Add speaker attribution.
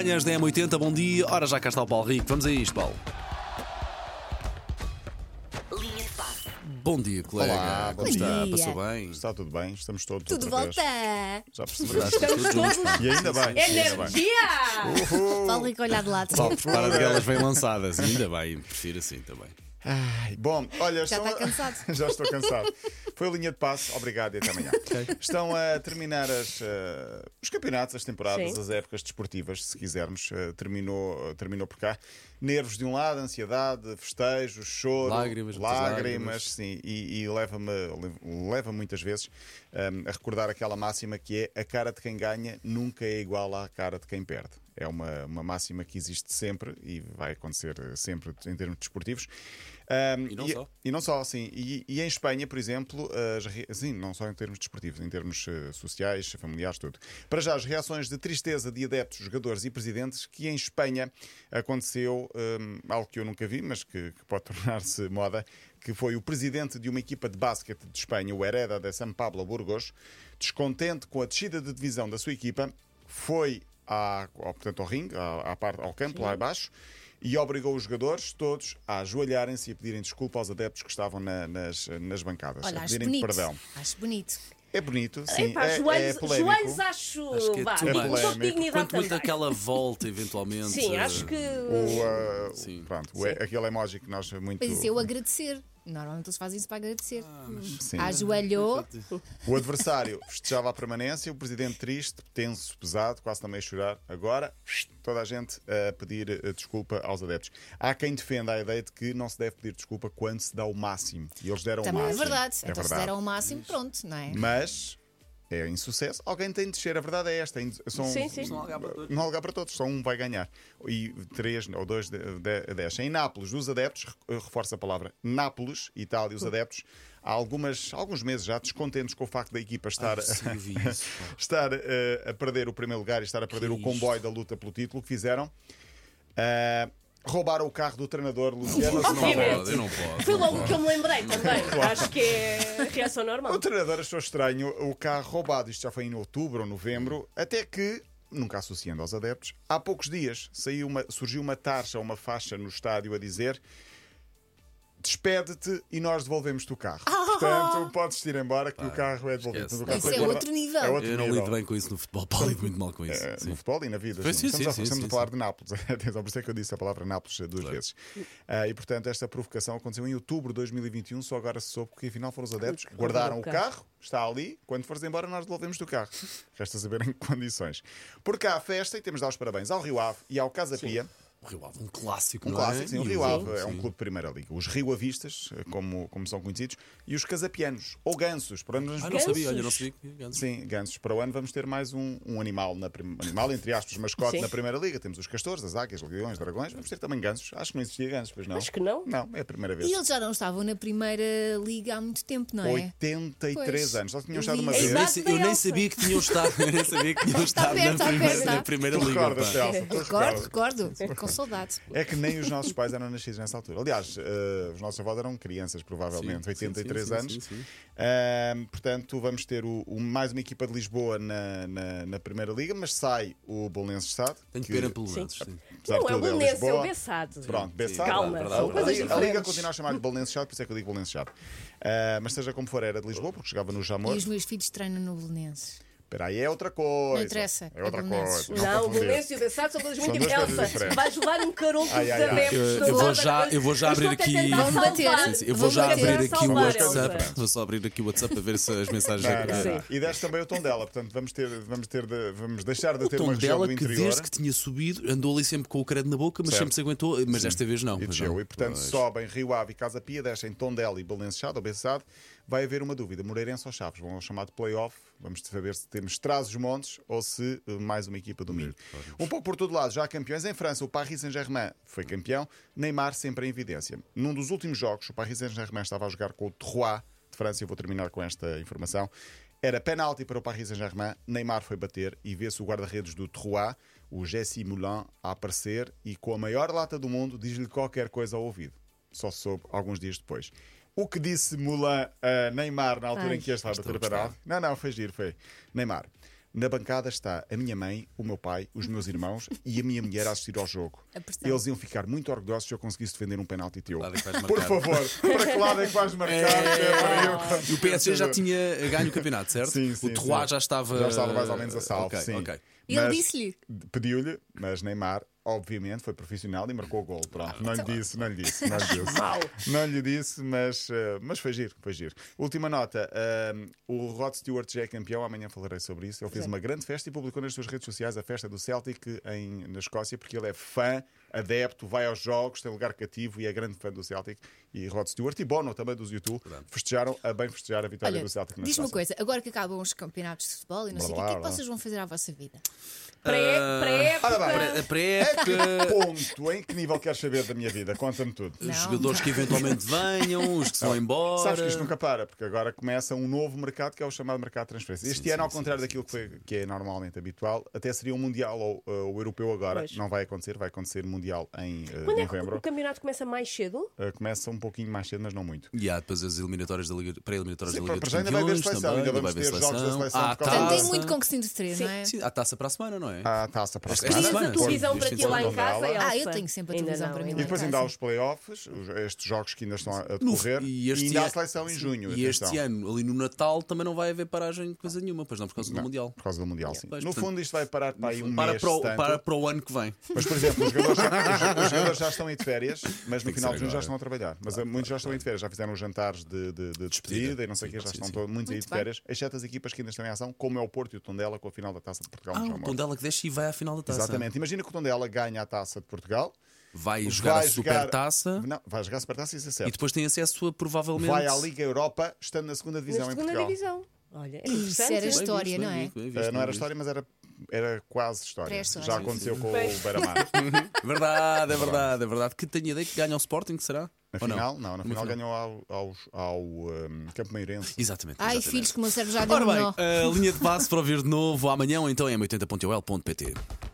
Speaker 1: Manhãs da M80, bom dia. Ora, já cá está o Paulo Rico. Vamos a isto, Paulo.
Speaker 2: Linha de passe.
Speaker 1: Bom dia, colega.
Speaker 3: Olá,
Speaker 1: Como
Speaker 3: bom
Speaker 1: está?
Speaker 4: dia.
Speaker 1: Passou bem?
Speaker 3: Está tudo bem, estamos todos.
Speaker 4: Tudo de
Speaker 3: outra vez.
Speaker 4: volta!
Speaker 3: Já percebemos.
Speaker 1: Todos juntos.
Speaker 3: E ainda bem. ainda bem.
Speaker 2: Energia!
Speaker 4: Paulo Rico olhar de lado.
Speaker 1: Paulo, prepara que elas vêm lançadas. Ainda bem, prefiro assim também.
Speaker 3: Ai, Bom, olha,
Speaker 4: Já
Speaker 3: estão
Speaker 4: está
Speaker 3: a-
Speaker 4: cansado.
Speaker 3: Já estou cansado. Foi a linha de passo, obrigado e até amanhã. Estão a terminar as, eh, os campeonatos, as temporadas,
Speaker 2: Sim.
Speaker 3: as épocas desportivas, se quisermos. Eh, terminou, terminou por cá. Nervos de um lado, ansiedade, festejos, choro,
Speaker 1: Lágrimas, muitas
Speaker 3: lágrimas,
Speaker 1: lágrimas.
Speaker 3: sim. E, e leva-me, leva muitas vezes ehm, a recordar aquela máxima que é a cara de quem ganha nunca é igual à cara de quem perde. É uma, uma máxima que existe sempre e vai acontecer eh, sempre em termos desportivos. Ehm,
Speaker 1: E não só.
Speaker 3: e não só, sim. E, e em Espanha, por exemplo, as re- sim, não só em termos desportivos, em termos eh, sociais, familiares, tudo. Para já, as reações de tristeza de adeptos, jogadores e presidentes, que em Espanha aconteceu hum, algo que eu nunca vi, mas que, que pode tornar-se moda, que foi o presidente de uma equipa de basquete de Espanha, o Hereda de San Pablo Burgos, descontente com a descida de divisão da sua equipa, foi à, ao, portanto, ao ringue, à, à parte, ao campo, lá abaixo, e obrigou os jogadores todos a ajoelharem-se e a pedirem desculpa aos adeptos que estavam na- nas, nas bancadas,
Speaker 4: Olha,
Speaker 3: a
Speaker 4: acho
Speaker 3: pedirem
Speaker 4: bonito.
Speaker 3: perdão.
Speaker 4: Acho bonito.
Speaker 3: É bonito, sim.
Speaker 2: Epá,
Speaker 3: é, é
Speaker 2: joelhos,
Speaker 3: polémico.
Speaker 2: joelhos acho.
Speaker 1: Acho que é
Speaker 2: vá,
Speaker 1: too
Speaker 2: um
Speaker 1: much.
Speaker 2: pouco de
Speaker 3: Polémico.
Speaker 2: dignidade
Speaker 1: Quanto muito
Speaker 2: também.
Speaker 1: aquela volta, eventualmente.
Speaker 2: Sim,
Speaker 1: eh,
Speaker 2: acho que.
Speaker 3: O, ah,
Speaker 1: Sim.
Speaker 3: pronto, o- aquele emoji que nós muito.
Speaker 4: Mas isso é o agradecer. Normalmente eles fazem isso para agradecer.
Speaker 1: Ah,
Speaker 3: Sim.
Speaker 4: Ajoelhou.
Speaker 3: O adversário festejava a permanência, o presidente triste, tenso, pesado, quase também a chorar. Agora, toda a gente a pedir eh, desculpa aos adeptos. Há quem defenda a ideia de que não se deve pedir desculpa quando se dá o máximo. E eles deram
Speaker 4: Também
Speaker 3: o
Speaker 4: é
Speaker 3: máximo.
Speaker 4: verdade.
Speaker 3: É
Speaker 4: então se
Speaker 3: verdade.
Speaker 4: deram ao máximo, pronto, não é?
Speaker 3: Mas é insucesso. Alguém tem de descer. A verdade é esta. Em- São,
Speaker 2: Sim, sim.
Speaker 3: Não há lugar para todos. Só um vai ganhar. E três ou dois de- de- descem. Em Nápoles, os adeptos, re- reforço a palavra, Nápoles, Itália,
Speaker 2: Hum.
Speaker 3: os adeptos, há algumas, alguns meses já descontentes com o facto da equipa estar,
Speaker 1: Ai, sim, eu vi isso, pá.
Speaker 3: estar eh, a perder o primeiro lugar e estar a perder
Speaker 1: Que
Speaker 3: o comboio da luta pelo título, o que fizeram. Ah, roubaram o carro do treinador Luciano
Speaker 1: Não
Speaker 3: Zanotti.
Speaker 2: Obviamente.
Speaker 1: pode, eu não posso.
Speaker 2: Foi logo que eu me lembrei também. acho que é reação normal.
Speaker 3: O treinador achou estranho o carro roubado, isto já foi em outubro ou novembro, até que, nunca associando aos adeptos, há poucos dias saiu uma- surgiu uma tarja, uma faixa no estádio a dizer despede-te e nós devolvemos-te o carro. Portanto, podes ir embora que o carro é devolvido.
Speaker 1: esquece.
Speaker 3: Mas o carro
Speaker 1: Isso
Speaker 3: foi
Speaker 1: é
Speaker 3: guardado-
Speaker 4: outro nível.
Speaker 3: É outro
Speaker 1: Eu não
Speaker 3: nível.
Speaker 1: lido bem com isso no futebol. Paulo lido muito mal com isso.
Speaker 3: Eh,
Speaker 1: Sim.
Speaker 3: no futebol e na vida.
Speaker 1: Pois
Speaker 3: sim.
Speaker 1: sim,
Speaker 3: estamos a,
Speaker 1: sim,
Speaker 3: estamos
Speaker 1: sim,
Speaker 3: a falar de Nápoles. Atenção, por isso é que eu disse a palavra Nápoles eh, duas vezes. Ah, e portanto, esta provocação aconteceu em outubro de 2021, só agora se soube que afinal foram os adeptos, guardaram o
Speaker 2: roubaram o
Speaker 3: carro, está ali, quando fores embora nós devolvemos-te o carro. Resta saber em que condições. Por cá a festa e temos de dar os parabéns ao Rio Ave e ao Casa Pia.
Speaker 1: O Rio Ave, um clássico,
Speaker 3: Um
Speaker 1: não é?
Speaker 3: clássico, sim. O
Speaker 1: E
Speaker 3: Rio Ave é um
Speaker 1: sim.
Speaker 3: clube de primeira liga. Os Rioavistas, eh, como, como são conhecidos, e os Casapianos, ou Gansos, por onde nos
Speaker 1: Ah, não sabia,
Speaker 2: Gansos.
Speaker 1: olha, não sabia. que tinha gansos.
Speaker 3: Sim, gansos para o ano vamos ter mais um, um animal, na prim- animal entre aspas, mascote
Speaker 2: Sim.
Speaker 3: na primeira liga. Temos os castores, as águias, leões, dragões. Vamos ter também gansos. Acho que não existia gansos, pois não.
Speaker 2: Acho que não.
Speaker 3: Não, é a primeira vez.
Speaker 4: E eles já não estavam na primeira liga há muito tempo, não é?
Speaker 3: 83
Speaker 4: Pois.
Speaker 3: anos. Só tinham
Speaker 4: Eu
Speaker 3: estado
Speaker 4: vi
Speaker 3: uma
Speaker 4: isso.
Speaker 3: vez.
Speaker 1: Eu,
Speaker 2: Exato.
Speaker 1: nem, sa- eu nem sabia que tinham estado, eu nem sabia que tinham estado
Speaker 4: perto,
Speaker 1: na,
Speaker 4: está
Speaker 1: primeira,
Speaker 4: perto.
Speaker 1: na primeira
Speaker 3: Tu
Speaker 1: liga.
Speaker 3: recordas,
Speaker 1: pá.
Speaker 3: Celso? tu
Speaker 4: Recordo,
Speaker 3: recordas.
Speaker 4: recordo. Com saudade.
Speaker 3: É que nem os nossos pais eram nascidos nessa altura. Aliás, eh, os nossos avós eram crianças, provavelmente,
Speaker 1: Sim, sim,
Speaker 3: 83
Speaker 1: sim, sim,
Speaker 3: anos.
Speaker 1: sim, sim.
Speaker 3: Ahm, portanto, vamos ter o, o- mais uma equipa de Lisboa na, na, na primeira liga, mas sai o Bolenses Estado.
Speaker 1: Tenho
Speaker 3: que-
Speaker 1: pena pelo Nantes. sim.
Speaker 3: apesar de
Speaker 2: Não é o
Speaker 3: tudo,
Speaker 2: Belenense, é o
Speaker 3: Lisboa.
Speaker 2: Bessado.
Speaker 3: Pronto, Bessado.
Speaker 2: Calma,
Speaker 3: a,
Speaker 2: são coisas
Speaker 3: liga, a
Speaker 2: diferentes.
Speaker 3: Liga continua a chamar de Bolense Chado, por isso é que eu digo Bolense Chado. Ah, mas seja como for, era de Lisboa, porque chegava no
Speaker 4: E
Speaker 3: Jamor.
Speaker 4: os meus filhos treinam no Belenenses.
Speaker 3: Espera aí, é outra coisa.
Speaker 4: Não interessa,
Speaker 3: É outra
Speaker 4: é
Speaker 3: coisa.
Speaker 4: Belenenses.
Speaker 2: Não, o
Speaker 3: confundir.
Speaker 2: Belenense e o Bessado são coisas muito
Speaker 3: São duas
Speaker 2: diferentes.
Speaker 3: coisas
Speaker 2: Elsa,
Speaker 3: diferentes.
Speaker 2: vais levar um caroço
Speaker 3: Ai,
Speaker 2: dos
Speaker 3: ai, ai.
Speaker 2: adeptos.
Speaker 1: Eu- eu
Speaker 2: da
Speaker 1: vou
Speaker 2: outra
Speaker 1: já-
Speaker 2: coisa.
Speaker 1: eu vou já
Speaker 2: Eles
Speaker 1: abrir
Speaker 2: estão a tentar
Speaker 1: aqui-
Speaker 4: Vão bater.
Speaker 2: salvar.
Speaker 1: Sim, sim. Eu
Speaker 4: Vamos
Speaker 1: vou já
Speaker 2: tentar
Speaker 1: abrir aqui o
Speaker 2: salvar,
Speaker 1: WhatsApp.
Speaker 2: Elsa.
Speaker 1: Vou só abrir aqui o WhatsApp para ver se as mensagens.
Speaker 3: Não, não, não.
Speaker 2: Sim.
Speaker 3: E deste também o tom dela, portanto vamos, ter, vamos, ter de- vamos deixar de
Speaker 1: O
Speaker 3: ter
Speaker 1: tom
Speaker 3: uma região
Speaker 1: dela
Speaker 3: do
Speaker 1: que
Speaker 3: interior.
Speaker 1: desde que tinha subido andou ali sempre com o credo na boca, mas
Speaker 3: Certo.
Speaker 1: sempre se aguentou, mas desta vez não.
Speaker 3: E
Speaker 1: Mas
Speaker 3: desceu.
Speaker 1: não.
Speaker 3: E portanto
Speaker 1: Pois.
Speaker 3: sobem Rio Ave e Casa Pia, descem Tondela e Balençado ou Bessado. Vai haver uma dúvida: Moreirense ou Chaves? Vão ao chamado playoff. Vamos saber se temos Trás-os-Montes ou se eh, mais uma equipa do Minho. Um pouco por todo lado, já há campeões em França. O Paris Saint-Germain foi campeão. Neymar sempre em evidência. Num dos últimos jogos, o Paris Saint-Germain estava a jogar com o Troyes de França. Eu vou terminar com esta informação. Era penalti para o Paris Saint-Germain, Neymar foi bater e vê-se o guarda-redes do Troyes, o Jesse Moulin, a aparecer e com a maior lata do mundo diz-lhe qualquer coisa ao ouvido. Só se soube alguns dias depois. O que disse Moulin a Neymar na altura
Speaker 4: Ai.
Speaker 3: em que este estava a bater a penalti? Não, não, foi giro, foi. Neymar, Na bancada está a minha mãe, o meu pai, os meus irmãos e a minha mulher a assistir ao jogo.
Speaker 4: A pressão.
Speaker 3: Eles iam ficar muito orgulhosos se eu conseguisse defender um penalti teu.
Speaker 1: lado é que vais
Speaker 3: Por
Speaker 1: marcar.
Speaker 3: favor, para que lado é que vais marcar? É para eu
Speaker 1: E o PSG já tinha ganho o campeonato, certo?
Speaker 3: Sim, sim,
Speaker 1: o Troá
Speaker 3: sim.
Speaker 1: já estava.
Speaker 3: Já estava mais ou menos a salvo.
Speaker 1: Ok,
Speaker 3: sim.
Speaker 1: ok.
Speaker 4: Ele
Speaker 3: Mas
Speaker 4: disse-lhe.
Speaker 3: Pediu-lhe, mas Neymar, obviamente, foi profissional e marcou o gol.
Speaker 4: Ah,
Speaker 3: Pronto, não lhe
Speaker 4: então-
Speaker 3: disse, não lhe disse. Não lhe disse, não lhe disse mas, eh, mas foi giro, foi giro. Última nota: ahm, o Rod Stewart já é campeão, amanhã falarei sobre isso. Ele fez uma grande festa e publicou nas suas redes sociais a festa do Celtic em, na Escócia, porque ele é fã. Adepto, vai aos jogos, tem lugar cativo e é grande fã do Celtic. E Rod Stewart e Bono também dos YouTube festejaram a bem festejar a vitória
Speaker 4: Olha,
Speaker 3: do Celtic na
Speaker 4: diz-me uma
Speaker 3: Escócia.
Speaker 4: coisa, agora que acabam os campeonatos de futebol e não
Speaker 3: é Blá,
Speaker 4: sei o que, o
Speaker 3: blá,
Speaker 4: que é que
Speaker 3: blá.
Speaker 4: vocês vão fazer à vossa vida?
Speaker 2: Pré-
Speaker 3: Ora
Speaker 2: Pré-época.
Speaker 3: bem.
Speaker 1: Pré- A pré-época.
Speaker 3: A é que ponto, em que nível queres saber da minha vida? Conta-me tudo.
Speaker 4: Não.
Speaker 1: Os jogadores que eventualmente venham, os que se vão embora.
Speaker 3: Sabes que isto nunca para, porque agora começa um novo mercado que é o chamado mercado de transferência. Este ano, ao contrário daquilo que, foi- que é normalmente habitual, até seria um Mundial ou uh, o Europeu agora.
Speaker 2: Pois.
Speaker 3: Não vai acontecer, vai acontecer Mundial em uh,
Speaker 2: Quando é que
Speaker 3: novembro.
Speaker 2: o campeonato começa mais cedo?
Speaker 3: Uh, começa um pouquinho mais cedo, mas não muito.
Speaker 1: E há depois as eliminatórias da Liga, pré-eliminatórias da
Speaker 3: Sim,
Speaker 1: Liga
Speaker 3: para
Speaker 1: dos
Speaker 3: já ainda vai
Speaker 1: Campeões, também, vai
Speaker 3: haver seleção, ainda vamos
Speaker 1: haver
Speaker 3: ter jogos da seleção
Speaker 1: Há a
Speaker 3: por causa
Speaker 4: Portanto,
Speaker 1: taça,
Speaker 4: tem muito com que se entreter, não é?
Speaker 1: Sim, há taça para a semana, não é?
Speaker 3: Há a taça para a
Speaker 1: Esta
Speaker 3: semana.
Speaker 2: Tens a
Speaker 1: semana,
Speaker 2: televisão
Speaker 1: pois,
Speaker 2: para
Speaker 1: este
Speaker 2: ti
Speaker 1: fim de
Speaker 2: lá em
Speaker 3: semana.
Speaker 2: casa?
Speaker 4: Ah, eu
Speaker 2: Elsa?
Speaker 4: tenho sempre a
Speaker 2: Ainda
Speaker 4: televisão
Speaker 2: não,
Speaker 4: para mim
Speaker 2: ainda
Speaker 4: lá
Speaker 3: E
Speaker 4: em
Speaker 3: depois
Speaker 4: casa.
Speaker 3: ainda há os playoffs, os- estes jogos que ainda estão a a
Speaker 1: No-
Speaker 3: decorrer. E,
Speaker 1: este
Speaker 3: ainda há a
Speaker 1: ano-
Speaker 3: seleção em
Speaker 1: sim,
Speaker 3: junho.
Speaker 1: E este
Speaker 3: atenção.
Speaker 1: ano, ali no Natal, também não vai haver paragem de coisa nenhuma, pois não, por causa do Mundial.
Speaker 3: Por causa do Mundial, sim.
Speaker 1: Pois,
Speaker 3: no
Speaker 1: portanto,
Speaker 3: fundo, isto vai parar para aí um
Speaker 1: para,
Speaker 3: mês.
Speaker 1: para, o,
Speaker 3: tanto.
Speaker 1: para, para o ano que vem.
Speaker 3: Mas, por exemplo, os jogadores, já, os jogadores já estão aí de férias, mas no
Speaker 1: que
Speaker 3: final
Speaker 1: ser
Speaker 3: de junho já
Speaker 1: agora.
Speaker 3: estão a trabalhar. Mas eh, muitos já estão aí de férias, já fizeram os jantares de, de- de despedida e não sei o que, já
Speaker 1: sim,
Speaker 3: estão
Speaker 1: sim.
Speaker 3: todos- muitos aí de
Speaker 4: Muito bem.
Speaker 3: férias, exceto as equipas que ainda estão em ação, como é o Porto e o Tondela com a final da taça de Portugal
Speaker 1: Ah,
Speaker 3: no
Speaker 1: o
Speaker 3: Jamor.
Speaker 1: Tondela que deixa e vai à final da taça.
Speaker 3: Exatamente. Imagina que o Tondela ganha a taça de Portugal,
Speaker 1: Vai jogar
Speaker 3: vai
Speaker 1: a
Speaker 3: jogar-
Speaker 1: super taça
Speaker 3: não, vai jogar a Supertaça e
Speaker 1: e
Speaker 3: 17.
Speaker 1: depois tem acesso a provavelmente.
Speaker 3: Vai à Liga Europa, estando na segunda
Speaker 2: Na
Speaker 3: divisão em
Speaker 2: segunda
Speaker 3: Portugal.
Speaker 2: divisão. Olha, é
Speaker 4: Isso
Speaker 2: interessante.
Speaker 4: era
Speaker 1: Bem visto,
Speaker 4: história,
Speaker 1: bem
Speaker 4: não é?
Speaker 1: visto, bem visto,
Speaker 3: Eh, não
Speaker 1: bem
Speaker 3: era
Speaker 1: visto.
Speaker 3: história, mas era, era quase história.
Speaker 4: Pré-história.
Speaker 3: Já
Speaker 4: Sim,
Speaker 3: aconteceu com
Speaker 2: Pois.
Speaker 3: o Beira-Mar.
Speaker 1: Verdade, é verdade, é verdade. Que tenho ideia que ganha o Sporting, será?
Speaker 3: Na
Speaker 1: Ou
Speaker 3: final, não, na
Speaker 1: Numa
Speaker 3: final ganhou ao, aos- ao um, Campo Meirense.
Speaker 1: Exatamente.
Speaker 4: Ai,
Speaker 1: exatamente.
Speaker 4: um filhos, que o meu cérebro já deu
Speaker 1: Ora
Speaker 4: um nó.
Speaker 1: bem, a linha de passe para ouvir de novo amanhã, ou então é 80.ol.pt.